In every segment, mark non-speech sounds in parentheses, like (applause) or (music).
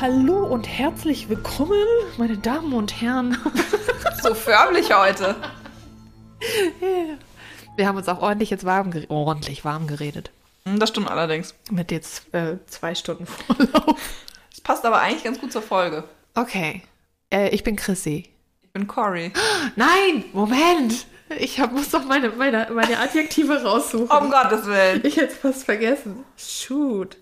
Hallo und herzlich willkommen, meine Damen und Herren. So förmlich heute. Wir haben uns auch ordentlich jetzt warm, gere- ordentlich warm geredet. Hm, Das stimmt allerdings. Mit jetzt äh, zwei Stunden Vorlauf. Es passt aber eigentlich ganz gut zur Folge. Okay. Äh, ich bin Chrissy. Ich bin Cory. Nein, Moment. Ich hab, muss doch meine, meine, meine Adjektive raussuchen. Um Gottes Willen. ich hätte es fast vergessen. Shoot.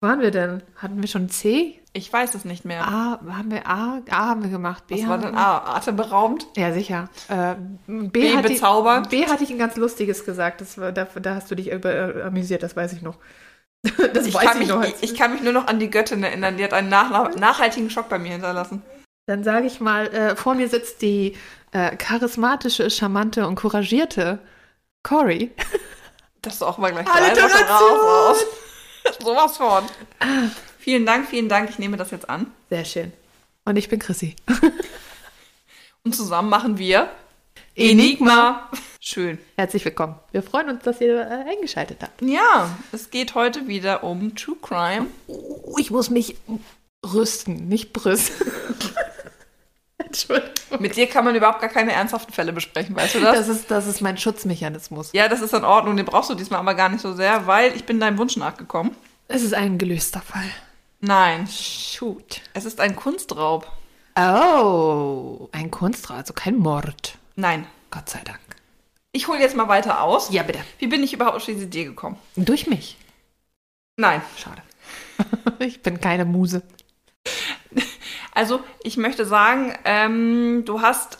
Wo waren wir denn? Hatten wir schon C? Ich weiß es nicht mehr. A, haben wir A? A haben wir gemacht. B Was haben war wir denn? gemacht. Ah, atemberaubend. Ja, sicher. Äh, B, B, hatte, bezaubernd. B hatte ich ein ganz lustiges gesagt. Das war, da, da hast du dich über, äh, amüsiert, das weiß ich noch. (laughs) Das Ich weiß kann, mich, ich noch. ich, ich kann mich nur noch an die Göttin erinnern. Die hat einen nach, nachhaltigen Schock bei mir hinterlassen. Dann sage ich mal, äh, vor mir sitzt die äh, charismatische, charmante und couragierte Cory. Das ist auch mal gleich Alliteration! (laughs) Sowas von. Vielen Dank, vielen Dank. Ich nehme das jetzt an. Sehr schön. Und ich bin Chrissy. (laughs) Und zusammen machen wir Enigma. Schön. Herzlich willkommen. Wir freuen uns, dass ihr äh, eingeschaltet habt. Ja, es geht heute wieder um True Crime. Oh, ich muss mich rüsten, nicht brüsten. (laughs) Entschuldigung. Mit dir kann man überhaupt gar keine ernsthaften Fälle besprechen, weißt du das? Das ist, das ist mein Schutzmechanismus. Ja, das ist in Ordnung. Den brauchst du diesmal aber gar nicht so sehr, weil ich bin deinem Wunsch nachgekommen. Es ist ein gelöster Fall. Nein, Shoot. es ist ein Kunstraub. Oh, ein Kunstraub, also kein Mord. Nein. Gott sei Dank. Ich hole jetzt mal weiter aus. Ja, bitte. Wie bin ich überhaupt auf diese Idee gekommen? Durch mich. Nein. Schade. (laughs) ich bin keine Muse. Also, ich möchte sagen, ähm, du hast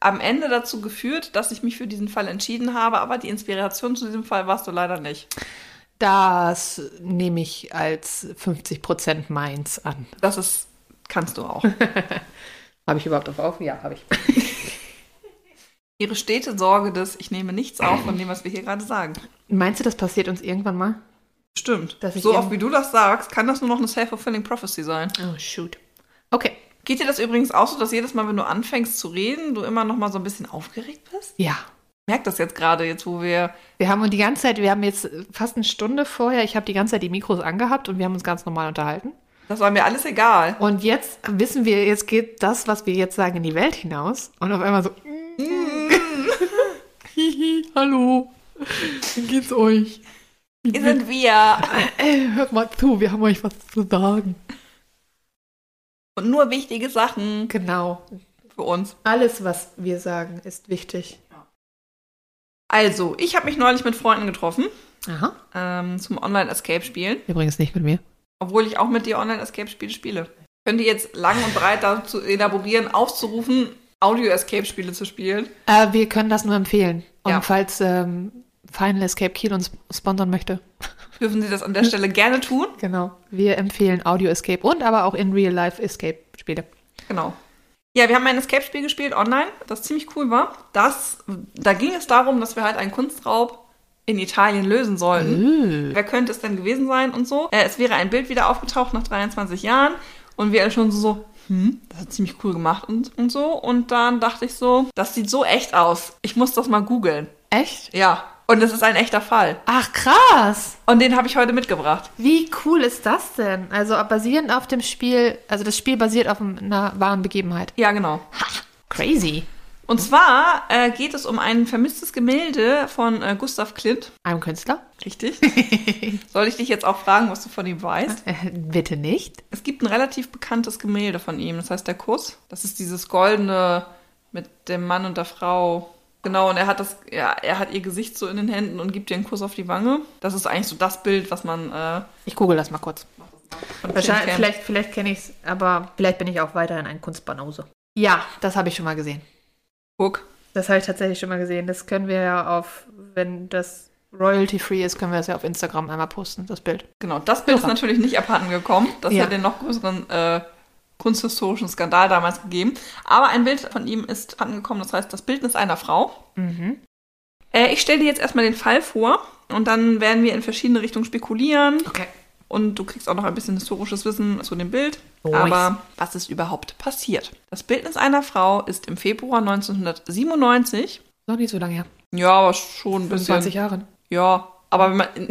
am Ende dazu geführt, dass ich mich für diesen Fall entschieden habe, aber die Inspiration zu diesem Fall warst du leider nicht. Das nehme ich als 50% meins an. Das ist, kannst du auch. Habe ich überhaupt auf Augen? Ja, habe ich. Ihre stete Sorge des, ich nehme nichts auf von dem, was wir hier gerade sagen. Meinst du, das passiert uns irgendwann mal? Stimmt. Dass ich So eben- oft wie du das sagst, kann das nur noch eine self-fulfilling prophecy sein. Oh, shoot. Okay. Geht dir das übrigens auch so, dass jedes Mal, wenn du anfängst zu reden, du immer noch mal so ein bisschen aufgeregt bist? Ja, Ich merk das jetzt gerade, jetzt wo wir... Wir haben uns die ganze Zeit, wir haben jetzt fast eine Stunde vorher, ich habe die ganze Zeit die Mikros angehabt und wir haben uns ganz normal unterhalten. Das war mir alles egal. Und jetzt wissen wir, jetzt geht das, was wir jetzt sagen, in die Welt hinaus. Und auf einmal so, Mm. hihi, (laughs) hallo, wie geht's euch? (laughs) Hier sind wir. Ey, Äh, hört mal zu, wir haben euch was zu sagen. Und nur wichtige Sachen Genau, für uns. alles, was wir sagen, ist wichtig. Also, ich habe mich neulich mit Freunden getroffen Aha. ähm, zum Online-Escape-Spielen. Übrigens nicht mit mir. Obwohl ich auch mit dir Online-Escape-Spiele spiele. Könnt ihr jetzt lang und breit dazu elaborieren, aufzurufen, Audio-Escape-Spiele zu spielen? Äh, wir können das nur empfehlen. Und Ja. falls ähm, Final Escape Kiel uns sponsern möchte, Dürfen Sie das an der Hm. Stelle gerne tun? Genau. Wir empfehlen Audio Escape und aber auch in Real Life Escape Spiele. Genau. Ja, wir haben ein Escape-Spiel gespielt online, das ziemlich cool war. Das, da ging es darum, dass wir halt einen Kunstraub in Italien lösen Mhm. sollten. Äh. Wer könnte es denn gewesen sein und so? Äh, es wäre ein Bild wieder aufgetaucht nach 23 Jahren und wir alle schon so, so hm, das ist ziemlich cool gemacht und, und so. Und dann dachte ich so, das sieht so echt aus. Ich muss das mal googeln. Echt? Ja. Und es ist ein echter Fall. Ach krass! Und den habe ich heute mitgebracht. Wie cool ist das denn? Also basierend auf dem Spiel, also das Spiel basiert auf einer wahren Begebenheit. Ja, genau. Crazy. Und zwar äh, geht es um ein vermisstes Gemälde von äh, Gustav Klimt. Einem Künstler? Richtig. Soll ich dich jetzt auch fragen, was du von ihm weißt? Äh, bitte nicht. Es gibt ein relativ bekanntes Gemälde von ihm, das heißt Der Kuss. Das ist dieses goldene mit dem Mann und der Frau. Genau, und er hat das, ja, er hat ihr Gesicht so in den Händen und gibt ihr einen Kuss auf die Wange. Das ist eigentlich so das Bild, was man äh, Ich google das mal kurz. von Klimt Wahrscheinlich, kennt. vielleicht vielleicht kenne ich es, aber vielleicht bin ich auch weiterhin ein Kunstbanause. Ja, das habe ich schon mal gesehen. Guck. Das habe ich tatsächlich schon mal gesehen. Das können wir ja auf, wenn das royalty-free ist, können wir das ja auf Instagram einmal posten, das Bild. Genau, das Bild ist Irre. natürlich nicht abhanden gekommen. Das Ja. hat den noch größeren äh, kunsthistorischen Skandal damals gegeben. Aber ein Bild von ihm ist angekommen, das heißt das Bildnis einer Frau. Mhm. Äh, ich stelle dir jetzt erstmal den Fall vor und dann werden wir in verschiedene Richtungen spekulieren Okay. und du kriegst auch noch ein bisschen historisches Wissen zu dem Bild. Nice. Aber was ist überhaupt passiert? Das Bildnis einer Frau ist im Februar 1997, Noch nicht so lange her. ne? ja, aber schon ein bisschen, 25 Jahren. ja, Aber wenn man, (laughs)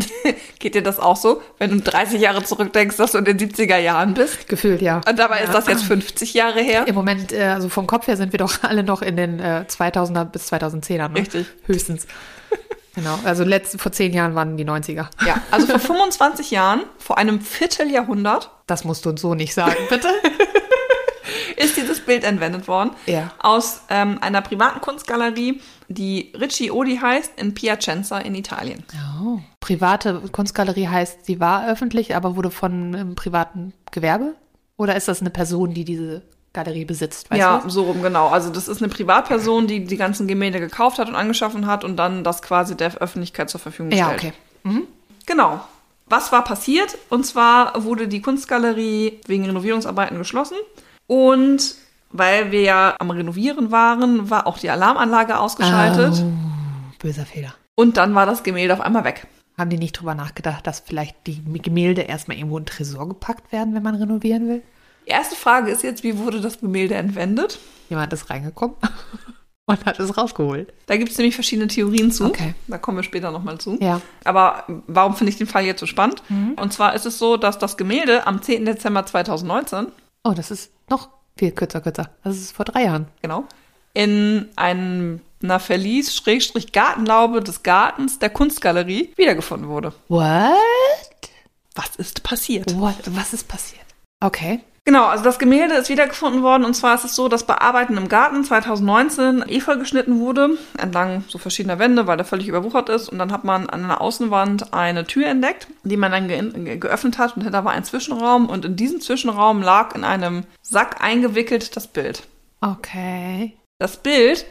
geht dir das auch so, wenn du 30 Jahre zurückdenkst, dass du in den 70er Jahren bist? Gefühlt, ja. Und dabei ist Ja. das jetzt 50 Jahre her. Im Moment, äh, also vom Kopf her sind wir doch (laughs) alle noch in den äh, 2000er bis 2010ern. Ne? Richtig. (laughs) Höchstens. genau. Also letzt, vor zehn Jahren waren die 90er. Ja, also vor 25 Jahren, vor einem Vierteljahrhundert, (laughs) Das musst du uns so nicht sagen, bitte. ist dieses Bild entwendet worden. Ja. Aus ähm, einer privaten Kunstgalerie, die Ricci Odi heißt, in Piacenza in Italien. oh. Private Kunstgalerie heißt, sie war öffentlich, aber wurde von einem privaten Gewerbe? Oder ist das eine Person, die diese Galerie besitzt? Weißt ja, du? so rum, genau. Also das ist eine Privatperson, die die ganzen Gemälde gekauft hat und angeschaffen hat und dann das quasi der Öffentlichkeit zur Verfügung Ja, stellt. okay. Genau. Was war passiert? Und zwar wurde die Kunstgalerie wegen Renovierungsarbeiten geschlossen. Und weil wir ja am Renovieren waren, war auch die Alarmanlage ausgeschaltet. Oh, böser Fehler. Und dann war das Gemälde auf einmal weg. Haben die nicht drüber nachgedacht, dass vielleicht die Gemälde erstmal irgendwo in den Tresor gepackt werden, wenn man renovieren will? Die erste Frage ist jetzt, wie wurde das Gemälde entwendet? Jemand ist reingekommen (laughs) und hat es rausgeholt. Da gibt es nämlich verschiedene Theorien zu. Okay. Da kommen wir später nochmal zu. Ja. Aber warum finde ich den Fall jetzt so spannend? Und zwar ist es so, dass das Gemälde am 10. Dezember 2019, Oh, das ist noch viel kürzer, kürzer. Das ist vor drei Jahren. genau, in einem- einer Verlies-Gartenlaube des Gartens der Kunstgalerie wiedergefunden wurde. What? Was ist passiert? What? Was ist passiert? Okay. Genau, also das Gemälde ist wiedergefunden worden und zwar ist es so, dass bei Arbeiten im Garten 2019 Efeu geschnitten wurde, entlang so verschiedener Wände, weil der völlig überwuchert ist und dann hat man an einer Außenwand eine Tür entdeckt, die man dann ge ge geöffnet hat und hinter war ein Zwischenraum und in diesem Zwischenraum lag in einem Sack eingewickelt das Bild. Okay. Das Bild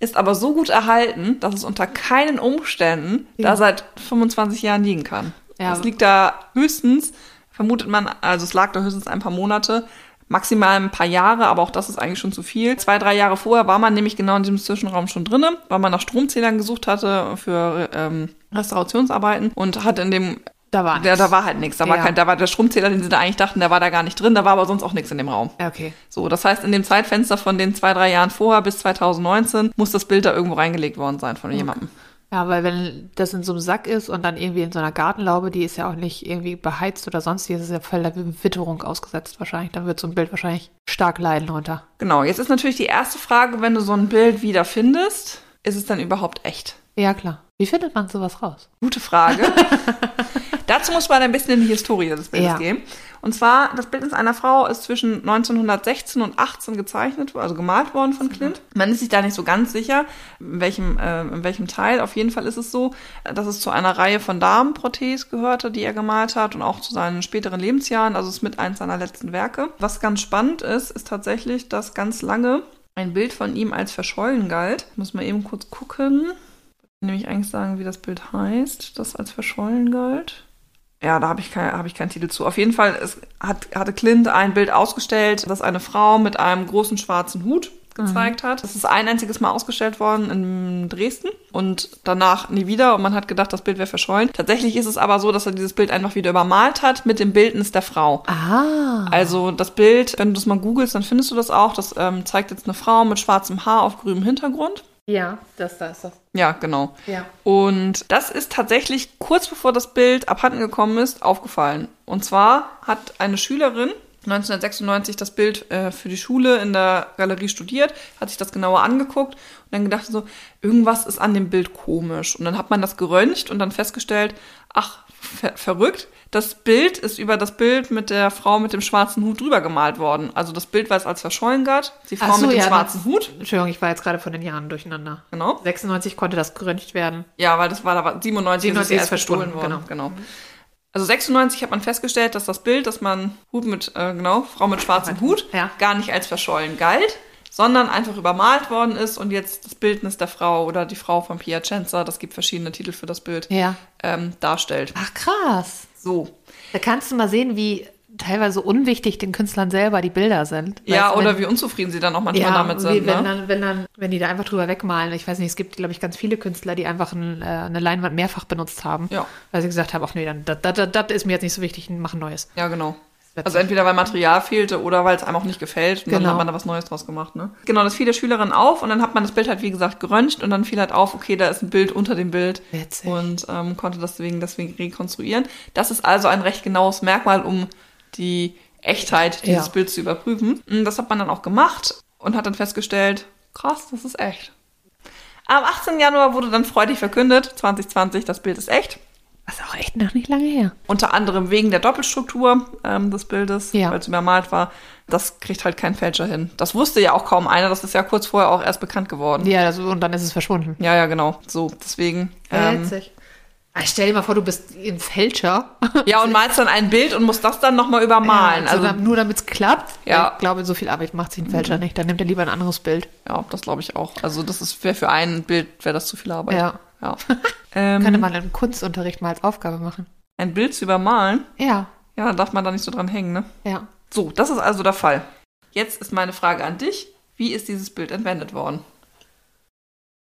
ist aber so gut erhalten, dass es unter keinen Umständen Ja. da seit 25 Jahren liegen kann. Ja. Es liegt da höchstens, vermutet man, also es lag da höchstens ein paar Monate, maximal ein paar Jahre, aber auch das ist eigentlich schon zu viel. Zwei, drei Jahre vorher war man nämlich genau in diesem Zwischenraum schon drinne, weil man nach Stromzählern gesucht hatte für ähm, Restaurationsarbeiten und hat in dem Da war da, da war halt nichts. Da, war Ja. kein, da war der Stromzähler, den sie da eigentlich dachten, der war da gar nicht drin, da war aber sonst auch nichts in dem Raum. Okay. So, das heißt, in dem Zeitfenster von den zwei, drei Jahren vorher bis 2019 muss das Bild da irgendwo reingelegt worden sein von jemandem. Ja, weil wenn das in so einem Sack ist und dann irgendwie in so einer Gartenlaube, die ist ja auch nicht irgendwie beheizt oder sonstiges, ist ja voll der Witterung ausgesetzt wahrscheinlich. Dann wird so ein Bild wahrscheinlich stark leiden unter. Genau, jetzt ist natürlich die erste Frage, wenn du so ein Bild wieder findest, ist es dann überhaupt echt? Ja, klar. Wie findet man sowas raus? Gute Frage. Dazu muss man ein bisschen in die Historie des Bildes Ja. gehen. Und zwar, das Bildnis einer Frau ist zwischen 1916 und 18 gezeichnet, also gemalt worden von Clint. Man ist sich da nicht so ganz sicher, in welchem, äh, in welchem Teil. Auf jeden Fall ist es so, dass es zu einer Reihe von Damenprothesen gehörte, die er gemalt hat und auch zu seinen späteren Lebensjahren. Also es ist mit eins seiner letzten Werke. Was ganz spannend ist, ist tatsächlich, dass ganz lange ein Bild von ihm als verschollen galt. Muss man eben kurz gucken nämlich eigentlich sagen, wie das Bild heißt, das als verschollen galt. Ja, da habe ich, kein, hab ich keinen Titel zu. Auf jeden Fall es hat, hatte Clint ein Bild ausgestellt, das eine Frau mit einem großen schwarzen Hut gezeigt hat. Das ist ein einziges Mal ausgestellt worden in Dresden und danach nie wieder und man hat gedacht, das Bild wäre verschollen. Tatsächlich ist es aber so, dass er dieses Bild einfach wieder übermalt hat mit dem Bildnis der Frau. Ah. Also das Bild, wenn du das mal googelst, dann findest du das auch. Das ähm, zeigt jetzt eine Frau mit schwarzem Haar auf grünem Hintergrund. Ja, das, da ist das. Ja, genau. Ja. Und das ist tatsächlich kurz bevor das Bild abhanden gekommen ist, aufgefallen. Und zwar hat eine Schülerin 1996 das Bild äh, für die Schule in der Galerie studiert, hat sich das genauer angeguckt und dann gedacht so, irgendwas ist an dem Bild komisch. Und dann hat man das geröntgt und dann festgestellt, ach, ver verrückt, das Bild ist über das Bild mit der Frau mit dem schwarzen Hut drüber gemalt worden. Also das Bild war es als verschollen galt, die Frau Ach so, mit dem ja, schwarzen Hut. Entschuldigung, ich war jetzt gerade von den Jahren durcheinander. Genau. 96 konnte das geröntgt werden. Ja, weil das war da war- 97, 97 ist es ist erst gestohlen verschwunden, worden. Genau. Also 96 hat man festgestellt, dass das Bild, dass man Hut mit äh, genau Frau mit schwarzem Hut Ja. gar nicht als verschollen galt, sondern einfach übermalt worden ist und jetzt das Bildnis der Frau oder die Frau von Piacenza, das gibt verschiedene Titel für das Bild, Ja. ähm, darstellt. Ach, krass. So. Da kannst du mal sehen, wie teilweise unwichtig den Künstlern selber die Bilder sind. ja, Weißt du, oder wenn- wie unzufrieden sie dann auch manchmal ja, damit sind. Wie, wenn, ne? dann, wenn, dann, wenn die da einfach drüber wegmalen. Ich weiß nicht, es gibt, glaube ich, ganz viele Künstler, die einfach ein, äh, eine Leinwand mehrfach benutzt haben. Ja. Weil sie gesagt haben, ach nee, dann das, das, das ist mir jetzt nicht so wichtig, mach ein neues. ja, genau. Das Also entweder weil Material fehlte oder weil es einem auch nicht gefällt. Und dann Genau. hat man da was Neues draus gemacht, ne? Genau, das fiel der Schülerin auf und dann hat man das Bild halt, wie gesagt, geröntgt und dann fiel halt auf, okay, da ist ein Bild unter dem Bild Witzig. und ähm, konnte deswegen, deswegen rekonstruieren. Das ist also ein recht genaues Merkmal, um die Echtheit dieses Ja. Bilds zu überprüfen. Und das hat man dann auch gemacht und hat dann festgestellt, krass, das ist echt. Am 18. Januar wurde dann freudig verkündet, 2020, das Bild ist echt. Das ist auch echt noch nicht lange her. Unter anderem wegen der Doppelstruktur ähm, des Bildes, Ja. weil es übermalt war. Das kriegt halt kein Fälscher hin. Das wusste ja auch kaum einer. Das ist ja kurz vorher auch erst bekannt geworden. Ja, das, und dann ist es verschwunden. Ja, ja, genau. So, deswegen. Ähm, Witzig. Ah, stell dir mal vor, du bist ein Fälscher. ja, und malst dann ein Bild und musst das dann nochmal (laughs) übermalen. also, also, dam- nur damit es klappt. Ja. Ich glaube, so viel Arbeit macht sich ein Fälscher nicht. Dann nimmt er lieber ein anderes Bild. ja, das glaube ich auch. Also, das ist wäre für ein Bild, wäre das zu viel Arbeit. Ja. ja. (laughs) Könnte ähm, man im Kunstunterricht mal als Aufgabe machen. ein Bild zu übermalen, Ja, ja, dann darf man da nicht so dran hängen, ne? ja. So, das ist also der Fall. Jetzt ist meine Frage an dich. Wie ist dieses Bild entwendet worden?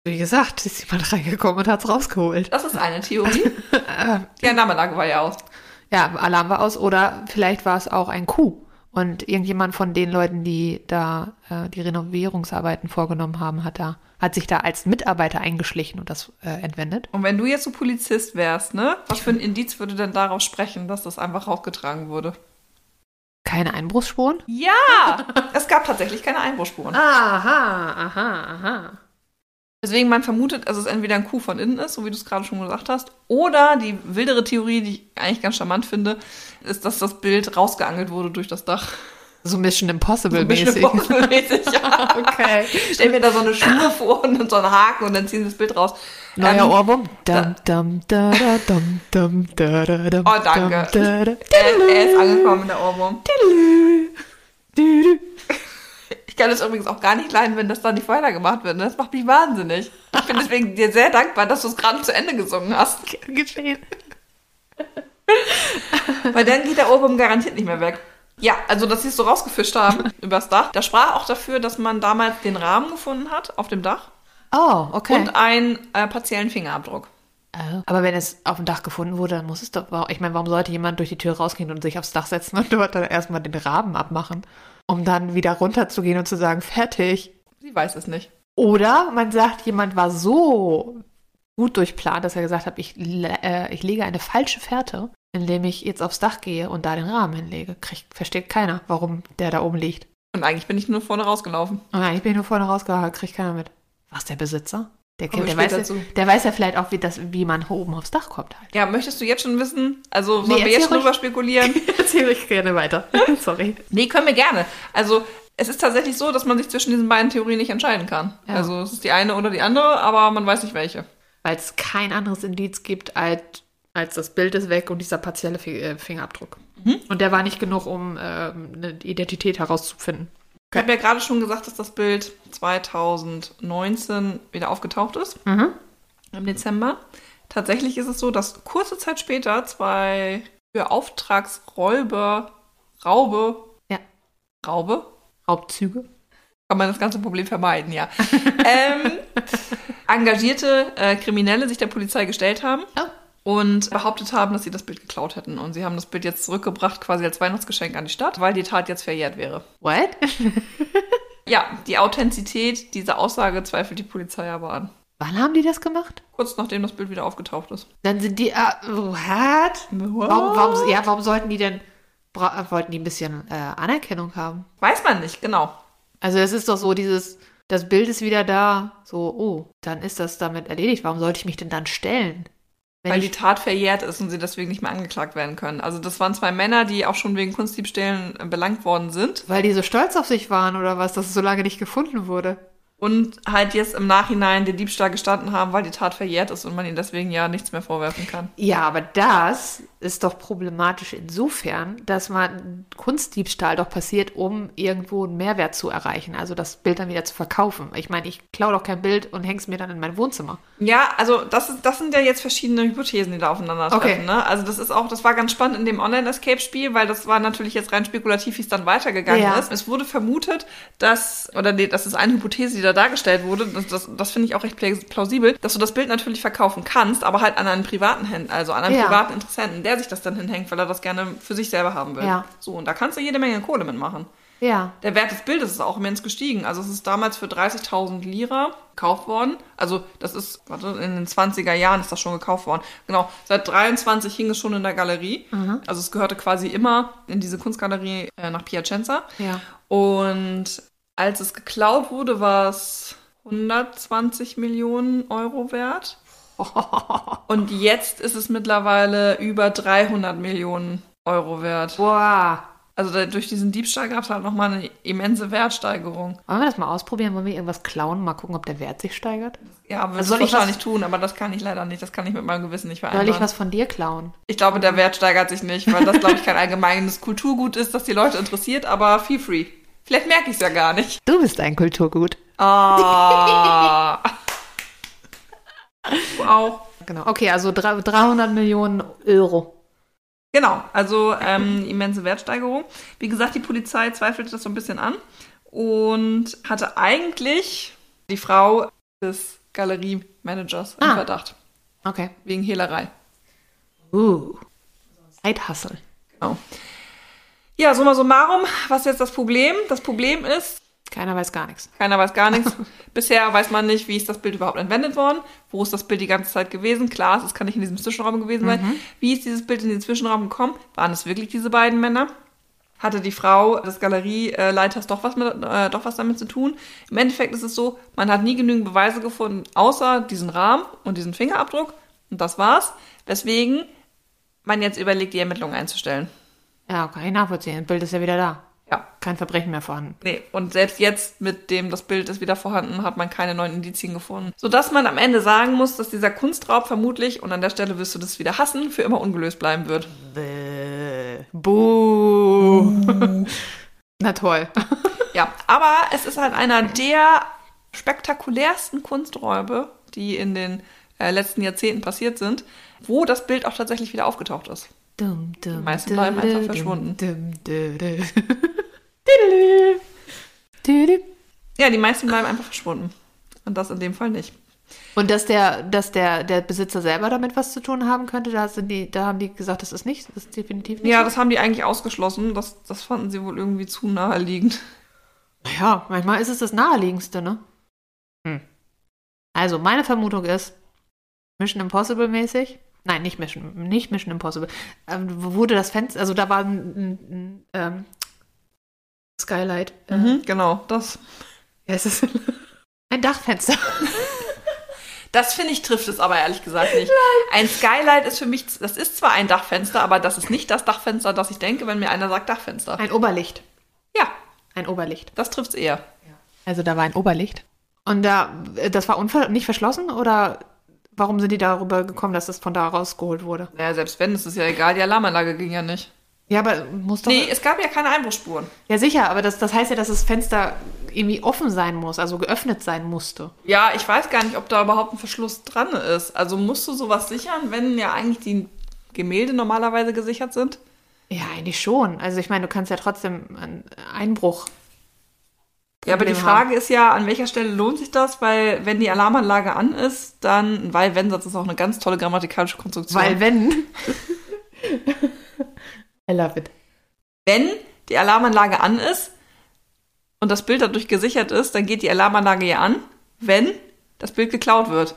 Wie gesagt, ist jemand reingekommen und hat's rausgeholt. Das ist eine (laughs) Theorie. Die Annahmelage war ja aus. Ja, Alarm war aus. Oder vielleicht war es auch ein Coup. Und irgendjemand von den Leuten, die da äh, die Renovierungsarbeiten vorgenommen haben, hat da hat sich da als Mitarbeiter eingeschlichen und das äh, entwendet. Und wenn du jetzt so Polizist wärst, ne? Was für ein Indiz würde denn darauf sprechen, dass das einfach rausgetragen wurde? Keine Einbruchsspuren? Ja! (laughs) es gab tatsächlich keine Ah. Einbruchspuren. Aha, aha, aha. Deswegen man vermutet, dass es entweder ein Kuh von innen ist, so wie du es gerade schon gesagt hast, oder die wildere Theorie, die ich eigentlich ganz charmant finde, ist, dass das Bild rausgeangelt wurde durch das Dach. So Mission (laughs) Impossible Ein bisschen mäßig. Impossible-mäßig, ja. Okay. Stell mir da so eine Schnur vor und so einen Haken und dann ziehen sie das Bild raus. Neuer Ähm, Ohrwurm. Dum, dum, da, da, dum, dum, da, da, dum, Oh, danke. dum, da, da. er, er ist angekommen, der Ohrwurm. Tiddalü. Tiddalü. Ich kann es übrigens auch gar nicht leiden, wenn das dann nicht weiter gemacht wird. ne? Das macht mich wahnsinnig. Ich bin deswegen dir sehr dankbar, dass du es gerade zu Ende gesungen hast. Geschehen. Weil dann geht der Ohrwurm garantiert nicht mehr weg. Ja, also dass sie es so rausgefischt haben (laughs) übers Dach. Das sprach auch dafür, dass man damals den Rahmen gefunden hat auf dem Dach Oh, okay. und einen äh, partiellen Fingerabdruck. Oh. Aber wenn es auf dem Dach gefunden wurde, dann muss es doch. wa- Ich meine, warum sollte jemand durch die Tür rausgehen und sich aufs Dach setzen und dort dann erstmal den Rahmen abmachen, um dann wieder runterzugehen und zu sagen, fertig? Sie weiß es nicht. Oder man sagt, jemand war so gut durchplant, dass er gesagt hat, ich, le- äh, ich lege eine falsche Fährte, indem ich jetzt aufs Dach gehe und da den Rahmen hinlege. Kriegt, versteht keiner, warum der da oben liegt. Und eigentlich bin ich nur vorne rausgelaufen. Und eigentlich bin ich nur vorne rausgehauen, kriegt keiner mit. Was der Besitzer? Der, Kommen wir kennt, der, weiß, später ja, zu. der weiß ja vielleicht auch, wie, das, wie man oben aufs Dach kommt halt. Ja, möchtest du jetzt schon wissen? Also Nee, sollen wir erzähl jetzt schon ruhig. drüber spekulieren? (laughs) Erzähl ich gerne weiter. (laughs) Sorry. Nee, können wir gerne. Also es ist tatsächlich so, dass man sich zwischen diesen beiden Theorien nicht entscheiden kann. Ja. Also es ist die eine oder die andere, aber man weiß nicht welche. Weil es kein anderes Indiz gibt, als, als das Bild ist weg und dieser partielle Fi- äh, Fingerabdruck. Und der war nicht genug, um ähm, eine Identität herauszufinden. Ich habe ja gerade schon gesagt, dass das Bild 2019 wieder aufgetaucht ist, Mhm. im Dezember. Tatsächlich ist es so, dass kurze Zeit später zwei für Auftragsräuber, Raube, Ja. Raube, Raubzüge. kann man das ganze Problem vermeiden, ja. (laughs) ähm, engagierte äh, Kriminelle sich der Polizei gestellt haben Oh. und behauptet haben, dass sie das Bild geklaut hätten. Und sie haben das Bild jetzt zurückgebracht, quasi als Weihnachtsgeschenk an die Stadt, weil die Tat jetzt verjährt wäre. What? (laughs) Ja, die Authentizität dieser Aussage zweifelt die Polizei aber an. Wann haben die das gemacht? Kurz nachdem das Bild wieder aufgetaucht ist. Dann sind die. ah, what? Warum, warum, ja, warum sollten die denn. Bra wollten die ein bisschen äh, Anerkennung haben? Weiß man nicht, genau. Also, es ist doch so: dieses. Das Bild ist wieder da. So, oh, dann ist das damit erledigt. Warum sollte ich mich denn dann stellen? Wenn Weil ich- die Tat verjährt ist und sie deswegen nicht mehr angeklagt werden können. Also das waren zwei Männer, die auch schon wegen Kunstdiebstählen äh, belangt worden sind. Weil die so stolz auf sich waren oder was, dass es so lange nicht gefunden wurde. und halt jetzt im Nachhinein den Diebstahl gestanden haben, weil die Tat verjährt ist und man ihnen deswegen ja nichts mehr vorwerfen kann. Ja, aber das ist doch problematisch insofern, dass man Kunstdiebstahl doch passiert, um irgendwo einen Mehrwert zu erreichen, also das Bild dann wieder zu verkaufen. Ich meine, ich klaue doch kein Bild und häng's mir dann in mein Wohnzimmer. Ja, also das, ist, das sind ja jetzt verschiedene Hypothesen, die da aufeinandertreffen. Okay. Ne? Also das ist auch, das war ganz spannend in dem Online-Escape-Spiel, weil das war natürlich jetzt rein spekulativ, wie es dann weitergegangen Ja. ist. Es wurde vermutet, dass, oder nee, das ist eine Hypothese, die da dargestellt wurde, das, das, das finde ich auch recht pla- plausibel, dass du das Bild natürlich verkaufen kannst, aber halt an einen privaten Händler, also an einen Ja. privaten Interessenten, der er sich das dann hinhängt, weil er das gerne für sich selber haben will. Ja. So, und da kannst du jede Menge Kohle mitmachen. Ja. Der Wert des Bildes ist auch immens gestiegen. Also es ist damals für 30.000 Lira gekauft worden. Also das ist, warte, in den 20er Jahren ist das schon gekauft worden. Genau, seit 23 hing es schon in der Galerie. Also es gehörte quasi immer in diese Kunstgalerie äh, nach Piacenza. Ja. Und als es geklaut wurde, war es 120 Millionen Euro wert. Und jetzt ist es mittlerweile über 300 Millionen Euro wert. Boah. Also da, durch diesen Diebstahl gab es halt nochmal eine immense Wertsteigerung. Wollen wir das mal ausprobieren? Wollen wir irgendwas klauen? Mal gucken, ob der Wert sich steigert? Ja, würde Also soll ich ich wahrscheinlich tun, aber das kann ich leider nicht. Das kann ich mit meinem Gewissen nicht Soll vereinbaren. ich was von dir klauen? ich glaube, der Wert steigert sich nicht, weil das, glaube ich, kein allgemeines Kulturgut ist, das die Leute interessiert, aber feel free. Vielleicht merke ich es ja gar nicht. Du bist ein Kulturgut. (laughs) Ah. Du auch. Genau. Okay, also drei- 300 Millionen Euro. Genau, also ähm, immense Wertsteigerung. Wie gesagt, die Polizei zweifelte das so ein bisschen an und hatte eigentlich die Frau des Galeriemanagers im Ah. Verdacht Okay. wegen Hehlerei. Uh. Zeithassel. Genau. Ja, summa summarum, was ist jetzt das Problem? Das Problem ist, Keiner weiß gar nichts. keiner weiß gar (laughs) nichts. Bisher weiß man nicht, wie ist das Bild überhaupt entwendet worden, wo ist das Bild die ganze Zeit gewesen. Klar, es kann nicht in diesem Zwischenraum gewesen sein. Wie ist dieses Bild in den Zwischenraum gekommen? Waren es wirklich diese beiden Männer? Hatte die Frau des Galerieleiters doch was, mit, äh, doch was damit zu tun? Im Endeffekt ist es so, man hat nie genügend Beweise gefunden, außer diesen Rahmen und diesen Fingerabdruck. Und das war's. Weswegen man jetzt überlegt, die Ermittlungen einzustellen. Ja, kann ich nachvollziehen. Das Bild ist ja wieder da. Ja, Kein Verbrechen mehr vorhanden. Nee, und selbst jetzt mit dem, das Bild ist wieder vorhanden, hat man keine neuen Indizien gefunden. Sodass man am Ende sagen muss, dass dieser Kunstraub vermutlich, und an der Stelle wirst du das wieder hassen, für immer ungelöst bleiben wird. (laughs) Buh. Na toll. Ja, aber es ist halt einer der spektakulärsten Kunsträube, die in den äh, letzten Jahrzehnten passiert sind, wo das Bild auch tatsächlich wieder aufgetaucht ist. Dum, dum, Die meisten bleiben einfach verschwunden. Dum, dum, dum. Diddle. Diddle. Ja, die meisten bleiben einfach verschwunden. Und das in dem Fall nicht. (laughs) Und dass der, dass der, der Besitzer selber damit was zu tun haben könnte, da, sind die, da haben die gesagt, das ist nicht, das ist definitiv nicht. Ja, so. das haben die eigentlich ausgeschlossen. Das, das fanden sie wohl irgendwie zu naheliegend. Naja, manchmal ist es das Naheliegendste, ne? Hm. Also, meine Vermutung ist, Mission Impossible mäßig. Nein, nicht Mission, nicht Mission Impossible. Ähm, wurde das Fenster, also da war ein, ein, ein ähm, Skylight. Äh, Mhm. Genau, das wie heißt das? (laughs) Ein Dachfenster. (laughs) Das finde ich trifft es aber ehrlich gesagt nicht. Ein Skylight ist für mich, das ist zwar ein Dachfenster, aber das ist nicht das Dachfenster, das ich denke, wenn mir einer sagt Dachfenster. Ein Oberlicht. Ja, Ein Oberlicht. das trifft es eher. Also da war ein Oberlicht. Und da, äh, das war unver nicht verschlossen oder warum sind die darüber gekommen, dass das von da rausgeholt wurde? Naja, selbst wenn, ist es ja egal, die Alarmanlage ging ja nicht. Ja, aber muss doch. Nee, es gab ja keine Einbruchsspuren. Ja, sicher, aber das, das heißt ja, dass das Fenster irgendwie offen sein muss, also geöffnet sein musste. Ja, ich weiß gar nicht, ob da überhaupt ein Verschluss dran ist. Also musst du sowas sichern, wenn ja eigentlich die Gemälde normalerweise gesichert sind? Ja, eigentlich schon. Also ich meine, du kannst ja trotzdem einen Einbruch. Ja, aber die Problem haben. Frage ist ja, an welcher Stelle lohnt sich das? Weil wenn die Alarmanlage an ist, dann, weil wenn, das ist auch eine ganz tolle grammatikalische Konstruktion. Weil wenn. (laughs) I love it. wenn die Alarmanlage an ist und das Bild dadurch gesichert ist, dann geht die Alarmanlage ja an, wenn das Bild geklaut wird.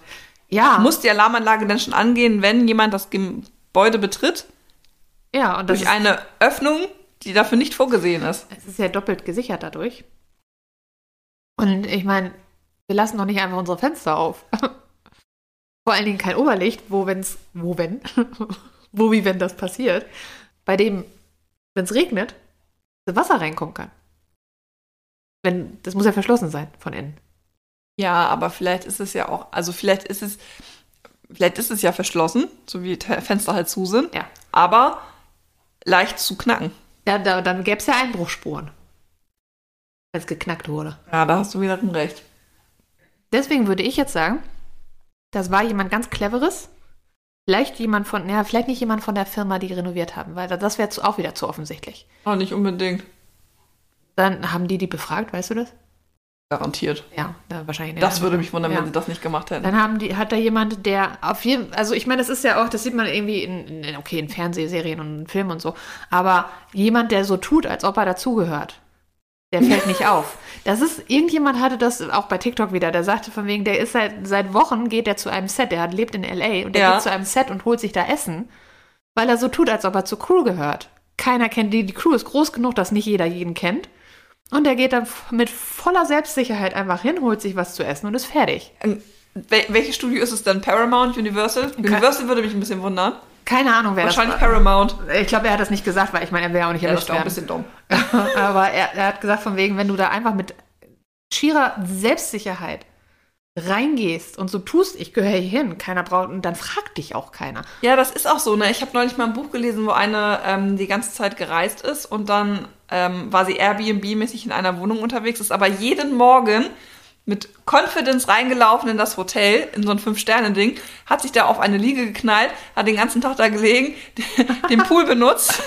Ja. Muss die Alarmanlage denn schon angehen, wenn jemand das Gebäude betritt ja, und das durch ist, eine Öffnung, die dafür nicht vorgesehen ist? es ist ja doppelt gesichert dadurch. Und ich meine, wir lassen doch nicht einfach unsere Fenster auf. (laughs) Vor allen Dingen kein Oberlicht, wo wenn's, wo wenn, (laughs) wo wie wenn das passiert, bei dem, wenn es regnet, das Wasser reinkommen kann. Wenn, das muss ja verschlossen sein von innen. Ja, aber vielleicht ist es ja auch, also vielleicht ist es, vielleicht ist es ja verschlossen, so wie Te- Fenster halt zu sind, Ja. aber leicht zu knacken. Ja, da, dann gäbe es ja Einbruchsspuren, wenn es geknackt wurde. Ja, da hast du wiederum recht. Deswegen würde ich jetzt sagen, das war jemand ganz Cleveres. Vielleicht jemand von, ja, vielleicht nicht jemand von der Firma, die renoviert haben, weil das wäre zu- auch wieder zu offensichtlich. Auch nicht unbedingt. Dann haben die die befragt, weißt du das? Garantiert. Ja, da wahrscheinlich nicht. Das würde mich wundern, Ja. wenn sie das nicht gemacht hätten. Dann haben die, hat da jemand, der auf jeden also ich meine, das ist ja auch, das sieht man irgendwie in, in okay, in Fernsehserien und in Filmen und so, aber jemand, der so tut, als ob er dazugehört, der fällt nicht auf. Das ist, irgendjemand hatte das auch bei TikTok wieder, der sagte von wegen, der ist seit, seit Wochen geht der zu einem Set, der hat, lebt in L.A. und der Ja. geht zu einem Set und holt sich da Essen, weil er so tut, als ob er zur Crew gehört. Keiner kennt die, die Crew ist groß genug, dass nicht jeder jeden kennt. Und der geht dann f- mit voller Selbstsicherheit einfach hin, holt sich was zu essen und ist fertig. Ähm, wel- Welches Studio ist es denn? Paramount, Universal? Universal würde mich ein bisschen wundern. Keine Ahnung, wer Wahrscheinlich das war. Paramount. Ich glaube, er hat das nicht gesagt, weil ich meine, er wäre auch nicht Ja, das erwischt ist auch ein werden. bisschen dumm. (laughs) Aber er, er hat gesagt, von wegen, wenn du da einfach mit schierer Selbstsicherheit reingehst und so tust, ich gehöre hier hin, keiner braucht, und dann fragt dich auch keiner. Ja, das ist auch so. Ne? Ich habe neulich mal ein Buch gelesen, wo eine ähm, die ganze Zeit gereist ist und dann ähm, war sie Airbnb-mäßig in einer Wohnung unterwegs, ist aber jeden Morgen mit Confidence reingelaufen in das Hotel, in so ein Fünf-Sterne-Ding, hat sich da auf eine Liege geknallt, hat den ganzen Tag da gelegen, (laughs) den Pool benutzt,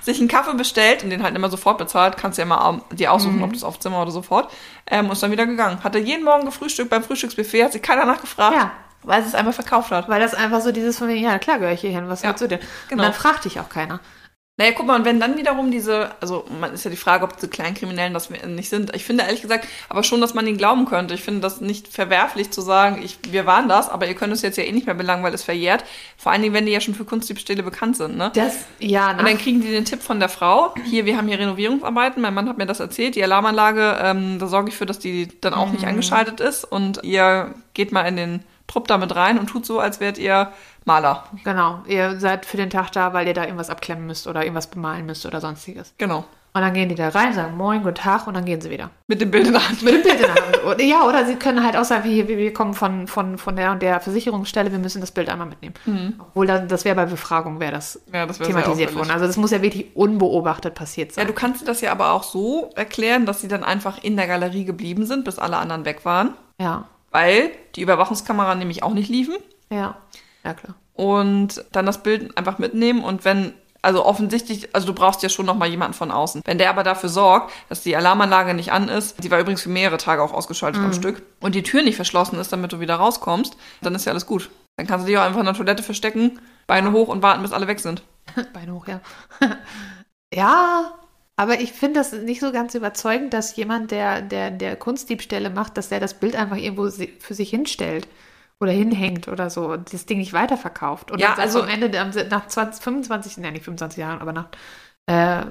sich einen Kaffee bestellt und den halt immer sofort bezahlt. Kannst ja immer au- dir aussuchen, ob das auf Zimmer oder sofort. Ähm, und ist dann wieder gegangen. Hatte jeden Morgen gefrühstückt beim Frühstücksbuffet, hat sich keiner nachgefragt, Ja. weil sie es einfach verkauft hat. Weil das einfach so dieses von wegen, ja, klar gehöre ich hier hin, was willst du denn? genau. Und dann fragt dich auch keiner. Naja, guck mal, und wenn dann wiederum diese, also man ist ja die Frage, ob diese Kleinkriminellen das nicht sind. Ich finde ehrlich gesagt, aber schon, dass man ihnen glauben könnte. Ich finde das nicht verwerflich zu sagen, ich, wir waren das, aber ihr könnt es jetzt ja eh nicht mehr belangen, weil es verjährt. Vor allen Dingen, wenn die ja schon für Kunstdiebstähle bekannt sind, ne? Das, ja, Und dann nach, kriegen die den Tipp von der Frau, hier, wir haben hier Renovierungsarbeiten, mein Mann hat mir das erzählt, die Alarmanlage, ähm, da sorge ich für, dass die dann auch Mhm. nicht angeschaltet ist und ihr geht mal in den Trupp damit rein und tut so, als wärt ihr Maler. genau, ihr seid für den Tag da, weil ihr da irgendwas abklemmen müsst oder irgendwas bemalen müsst oder sonstiges. Genau. Und dann gehen die da rein, sagen Moin, guten Tag und dann gehen sie wieder. Mit dem Bild in der Hand. Mit dem Bild in der Hand. Oder- Ja, oder sie können halt auch sagen, hier, wir wir kommen von, von, von der und der Versicherungsstelle, wir müssen das Bild einmal mitnehmen. Obwohl, dann, das wäre bei Befragung, wäre das Mhm. Ja, das wär sehr thematisiert auffällig. worden. Also das muss ja wirklich unbeobachtet passiert Ja, sein. du kannst dir das ja aber auch so erklären, dass sie dann einfach in der Galerie geblieben sind, bis alle anderen weg waren, Ja, weil die Überwachungskamera nämlich auch nicht liefen ja, ja, klar. und dann das Bild einfach mitnehmen und wenn also offensichtlich, also du brauchst ja schon nochmal jemanden von außen. Wenn der aber dafür sorgt, dass die Alarmanlage nicht an ist, die war übrigens für mehrere Tage auch ausgeschaltet am Stück, und die Tür nicht verschlossen ist, damit du wieder rauskommst, dann ist ja alles gut. Dann kannst du dich auch einfach in der Toilette verstecken, Beine hoch und warten, bis alle weg sind. Beine hoch, ja. (laughs) ja, aber ich finde das nicht so ganz überzeugend, dass jemand, der, der, der Kunstdiebstähle macht, dass der das Bild einfach irgendwo si- für sich hinstellt. Oder hinhängt oder so und das Ding nicht weiterverkauft. Und Ja, dann sagt also- am Ende, am- nach 20, 25, nein, nicht 25 Jahren, aber nach äh,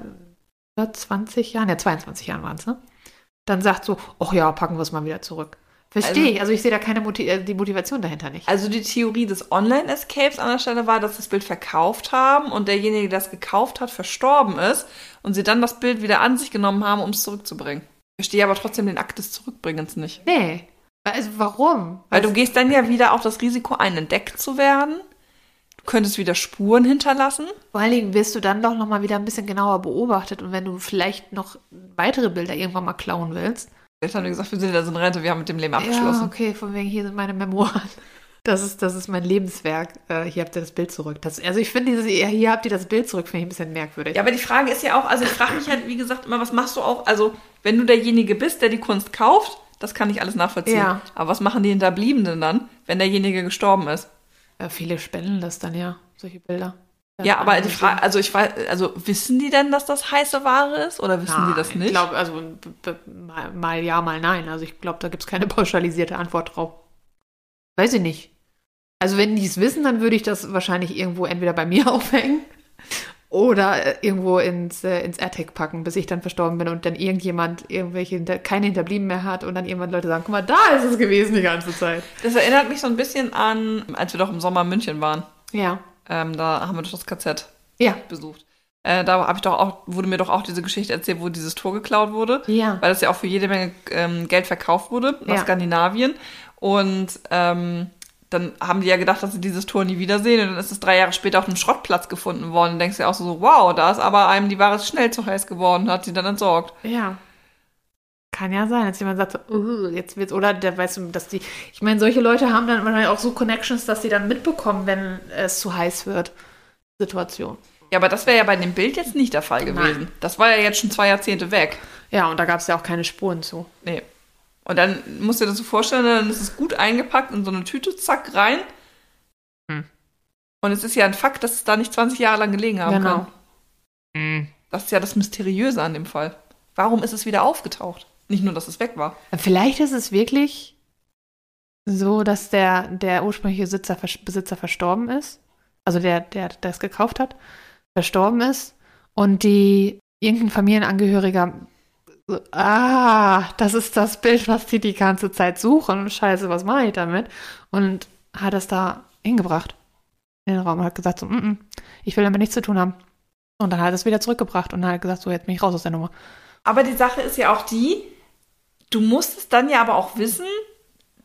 über 20 Jahren, ja, 22 Jahren waren es, ne? Dann sagt so, ach ja, packen wir es mal wieder zurück. Verstehe Also- ich. Also ich sehe da keine Moti äh, die Motivation dahinter nicht. Also die Theorie des Online-Escapes an der Stelle war, dass sie das Bild verkauft haben und derjenige, der es gekauft hat, verstorben ist und sie dann das Bild wieder an sich genommen haben, um es zurückzubringen. Ich verstehe aber trotzdem den Akt des Zurückbringens nicht. Nee. Also warum? Weil du gehst dann ja wieder auch das Risiko ein, entdeckt zu werden. Du könntest wieder Spuren hinterlassen. Vor allen Dingen wirst du dann doch nochmal wieder ein bisschen genauer beobachtet und wenn du vielleicht noch weitere Bilder irgendwann mal klauen willst. Jetzt haben wir gesagt, wir sind jetzt in Rente, wir haben mit dem Leben Ja, abgeschlossen. okay, von wegen hier sind meine Memoiren. (laughs) Das ist, das ist mein Lebenswerk. Äh, hier habt ihr das Bild zurück. Das, also ich finde, dieses, hier habt ihr das Bild zurück, finde ich ein bisschen merkwürdig. Ja, aber die Frage ist ja auch, also ich frage mich halt, wie gesagt, immer, was machst du auch? Also, wenn du derjenige bist, der die Kunst kauft, das kann ich alles nachvollziehen. Ja. Aber was machen die Hinterbliebenen dann, wenn derjenige gestorben ist? Äh, viele spenden das dann ja, solche Bilder. Ja, aber die Frage, also ich weiß, also wissen die denn, dass das heiße Ware ist oder wissen die das Nein, nicht? Ich glaube, also b- b- mal, mal ja, mal nein. Also ich glaube, da gibt es keine pauschalisierte Antwort drauf. Weiß ich nicht. Also wenn die es wissen, dann würde ich das wahrscheinlich irgendwo entweder bei mir (laughs) aufhängen oder äh, irgendwo ins, äh, ins AirTag packen, bis ich dann verstorben bin und dann irgendjemand irgendwelche, hinter- keine Hinterblieben mehr hat und dann irgendwann Leute sagen, guck mal, da ist es gewesen die ganze Zeit. Das erinnert mich so ein bisschen an, als wir doch im Sommer in München waren. Ja. Ähm, da haben wir doch das KZ Ja. besucht. Äh, da habe ich doch auch, wurde mir doch auch diese Geschichte erzählt, wo dieses Tor geklaut wurde. Ja. Weil das ja auch für jede Menge ähm, Geld verkauft wurde nach Ja. Skandinavien. Und ähm, dann haben die ja gedacht, dass sie dieses Tor nie wiedersehen. Und dann ist es drei Jahre später auf einem Schrottplatz gefunden worden. Und denkst dir auch so, wow, da ist aber einem die Ware schnell zu heiß geworden und hat sie dann entsorgt. Ja. Kann ja sein, dass jemand sagt, so, "Uh, jetzt wird's, oder der weißt du, dass die, ich meine, solche Leute haben dann wahrscheinlich auch so Connections, dass die dann mitbekommen, wenn es zu heiß wird. Situation. Ja, aber das wäre ja bei dem Bild jetzt nicht der Fall gewesen. Das war ja jetzt schon zwei Jahrzehnte weg. Ja, und da gab es ja auch keine Spuren zu. Nee. Und dann musst du dir das so vorstellen, dann ist es gut eingepackt in so eine Tüte, zack, rein. Hm. Und es ist ja ein Fakt, dass es da nicht 20 Jahre lang gelegen haben Genau. kann. Das ist ja das Mysteriöse an dem Fall. Warum ist es wieder aufgetaucht? Nicht nur, dass es weg war. Vielleicht ist es wirklich so, dass der, der ursprüngliche Sitzer, Besitzer verstorben ist. Also der, der das gekauft hat, verstorben ist. Und die irgendein Familienangehöriger. so, Ah, das ist das Bild, was die die ganze Zeit suchen. Scheiße, was mache ich damit? Und hat es da hingebracht in den Raum und hat gesagt: so, mm -mm, Ich will damit nichts zu tun haben. Und dann hat er es wieder zurückgebracht und hat gesagt: So, jetzt bin ich raus aus der Nummer. Aber die Sache ist ja auch die, du musst es dann ja aber auch wissen,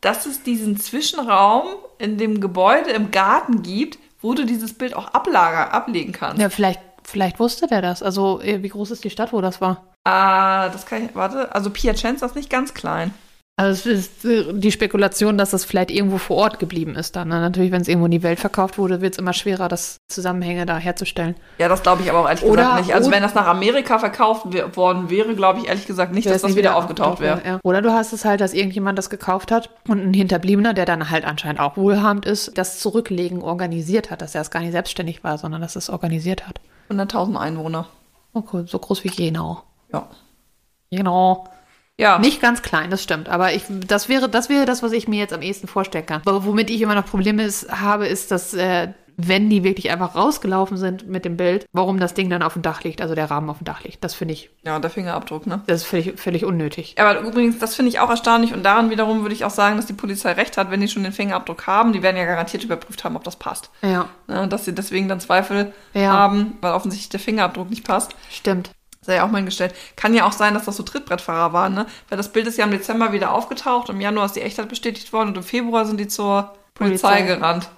dass es diesen Zwischenraum in dem Gebäude im Garten gibt, wo du dieses Bild auch ablager, ablegen kannst. Ja, vielleicht, vielleicht wusste der das. Also, äh, wie groß ist die Stadt, wo das war? Ah, das kann ich, warte, also Piacenza ist nicht ganz klein. Also, es ist äh, die Spekulation, dass das vielleicht irgendwo vor Ort geblieben ist dann. ne? Natürlich, wenn es irgendwo in die Welt verkauft wurde, wird es immer schwerer, das Zusammenhänge da herzustellen. Ja, das glaube ich aber auch ehrlich Oder- gesagt nicht. Also oder- wenn das nach Amerika verkauft we- worden wäre, glaube ich ehrlich gesagt nicht, dass das wieder aufgetaucht wäre. Ja. Oder du hast es halt, dass irgendjemand das gekauft hat und ein Hinterbliebener, der dann halt anscheinend auch wohlhabend ist, das Zurücklegen organisiert hat, dass er es gar nicht selbstständig war, sondern dass es organisiert hat. 100.000 Einwohner. Okay, so groß wie Genau. Ja. Genau. Ja. Nicht ganz klein, das stimmt. Aber ich, das, wäre, das wäre das, was ich mir jetzt am ehesten vorstellen kann. Aber womit ich immer noch Probleme ist, habe, ist, dass äh, wenn die wirklich einfach rausgelaufen sind mit dem Bild, warum das Ding dann auf dem Dach liegt, also der Rahmen auf dem Dach liegt. Das finde ich, Ja, der Fingerabdruck, ne? das ist völlig, völlig unnötig. Aber übrigens, das finde ich auch erstaunlich und daran wiederum würde ich auch sagen, dass die Polizei recht hat, wenn die schon den Fingerabdruck haben, die werden ja garantiert überprüft haben, ob das passt. Ja, Ne? Und dass sie deswegen dann Zweifel Ja. haben, weil offensichtlich der Fingerabdruck nicht passt, stimmt. sei ja auch mal gestellt. Kann ja auch sein, dass das so Trittbrettfahrer waren, ne? Weil das Bild ist ja im Dezember wieder aufgetaucht, im Januar ist die Echtheit bestätigt worden und im Februar sind die zur Polizei, Polizei. gerannt.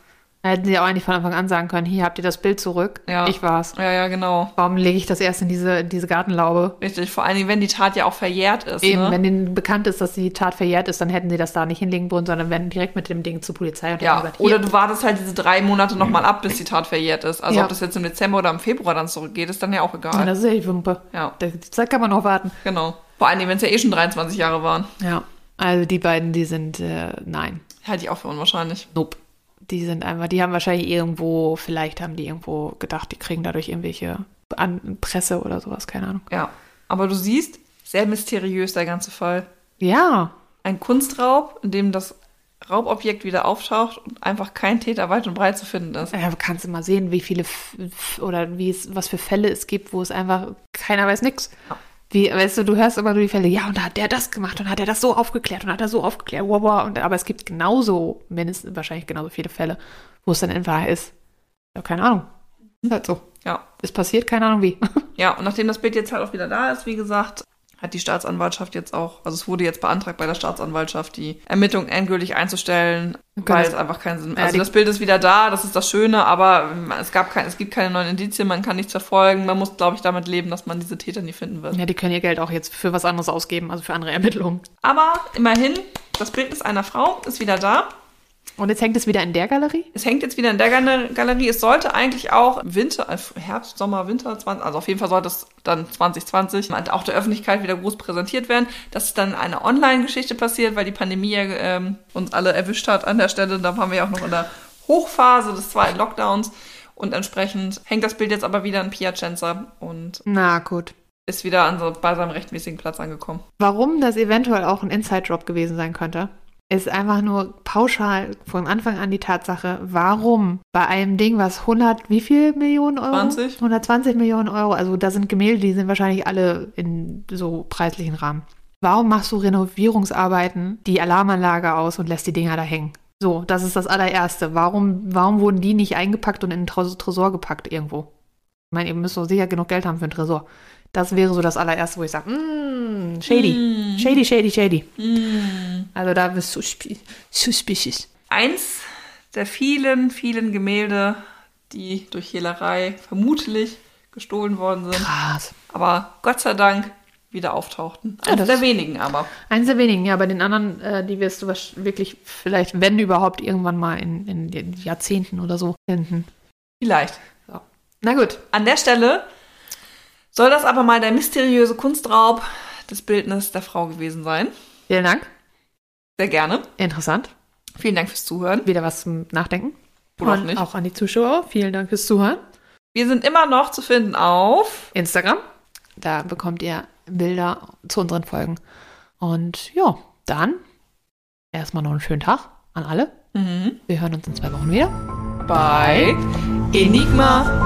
Da hätten sie auch eigentlich von Anfang an sagen können, hier habt ihr das Bild zurück. Ja. Ich war's. Ja, ja, genau. Warum lege ich das erst in diese, in diese Gartenlaube? Richtig, vor allen Dingen, wenn die Tat ja auch verjährt ist. Eben, ne? wenn ihnen bekannt ist, dass die Tat verjährt ist, dann hätten sie das da nicht hinlegen wollen, sondern wären direkt mit dem Ding zur Polizei und hätten Ja, gesagt, Oh hier, oder du wartest halt diese drei Monate nochmal ab, bis die Tat verjährt ist. Also Ja. ob das jetzt im Dezember oder im Februar dann zurückgeht, ist dann ja auch Ja, egal. das ist ja die Wumpe. Ja. Da, da kann man noch warten. genau. Vor allen Dingen, wenn es ja eh schon 23 Jahre waren. Ja, also die beiden, die sind, äh, nein, Halte ich auch für unwahrscheinlich. nope. Die sind einfach, die haben wahrscheinlich irgendwo, vielleicht haben die irgendwo gedacht, die kriegen dadurch irgendwelche An Presse oder sowas, keine Ahnung. Ja. Aber du siehst, sehr mysteriös der ganze Fall. Ja, Ein Kunstraub, in dem das Raubobjekt wieder auftaucht und einfach kein Täter weit und breit zu finden ist. ja kannst du mal sehen, wie viele F F- oder wie es, was für Fälle es gibt, wo es einfach, keiner weiß nix. Ja. Wie, weißt du, du hörst immer nur die Fälle, ja, und da hat der das gemacht und hat er das so aufgeklärt und hat er so aufgeklärt, wow, wow. Und, aber es gibt genauso, mindestens wahrscheinlich genauso viele Fälle, wo es dann in Wahrheit ist. Ja, keine Ahnung. Ist halt so. Ja. Es passiert, keine Ahnung wie. (laughs) Ja, und nachdem das Bild jetzt halt auch wieder da ist, wie gesagt, hat die Staatsanwaltschaft jetzt auch, also es wurde jetzt beantragt bei der Staatsanwaltschaft, die Ermittlung endgültig einzustellen, Okay. weil es einfach keinen Sinn Ja, Also die- das Bild ist wieder da, das ist das Schöne, aber ähm, es, gab kein, es gibt keine neuen Indizien, man kann nichts verfolgen, man muss, glaube ich, damit leben, dass man diese Täter nie finden wird. Ja, die können ihr Geld auch jetzt für was anderes ausgeben, also für andere Ermittlungen. Aber immerhin, das Bildnis einer Frau ist wieder da. Und jetzt hängt es wieder in der Galerie? Es hängt jetzt wieder in der Gal- Galerie. Es sollte eigentlich auch im Winter, äh, Herbst, Sommer, Winter, 20, also auf jeden Fall sollte es dann 2020 auch der Öffentlichkeit wieder groß präsentiert werden. Das ist dann eine Online-Geschichte passiert, weil die Pandemie ja ähm, uns alle erwischt hat an der Stelle. Da waren wir ja auch noch in der Hochphase des zweiten Lockdowns. Und entsprechend hängt das Bild jetzt aber wieder in Piacenza und Na gut. ist wieder an so, bei seinem rechtmäßigen Platz angekommen. Warum das eventuell auch ein Inside-Drop gewesen sein könnte, ist einfach nur pauschal von Anfang an die Tatsache, warum bei einem Ding, was 100, wie viel Millionen Euro? 20. 120 Millionen Euro, also da sind Gemälde, die sind wahrscheinlich alle in so preislichen Rahmen. Warum machst du Renovierungsarbeiten, die Alarmanlage aus und lässt die Dinger da hängen? So, das ist das allererste. Warum, warum wurden die nicht eingepackt und in den Tros- Tresor gepackt irgendwo? Ich meine, ihr müsst doch sicher genug Geld haben für einen Tresor. Das wäre so das allererste, wo ich sage, mm, shady. Shady, shady, shady. Also da bist du suspi- suspicious. Eins der vielen, vielen Gemälde, die durch Hehlerei vermutlich gestohlen worden sind. Krass. aber Gott sei Dank wieder auftauchten. Eines der das- wenigen aber. Eins der wenigen, ja, bei den anderen, äh, die wirst du wahrsch- wirklich vielleicht, wenn überhaupt, irgendwann mal in, in, den Jahrzehnten oder so finden. Vielleicht. Na gut, An der Stelle soll das aber mal der mysteriöse Kunstraub des Bildnisses der Frau gewesen sein. vielen Dank. Sehr gerne. Interessant. Vielen Dank fürs Zuhören. Wieder was zum Nachdenken. Oder auch Und nicht. auch an die Zuschauer. Vielen Dank fürs Zuhören. Wir sind immer noch zu finden auf. Instagram. Da bekommt ihr Bilder zu unseren Folgen. Und ja, dann erstmal noch einen schönen Tag an alle. Mhm. Wir hören uns in zwei Wochen wieder. bei Enigma